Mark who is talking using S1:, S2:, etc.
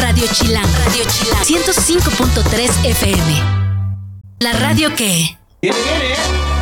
S1: Radio Chilán. Radio Chilán. 105.3 FM. La radio que...
S2: Viene, viene.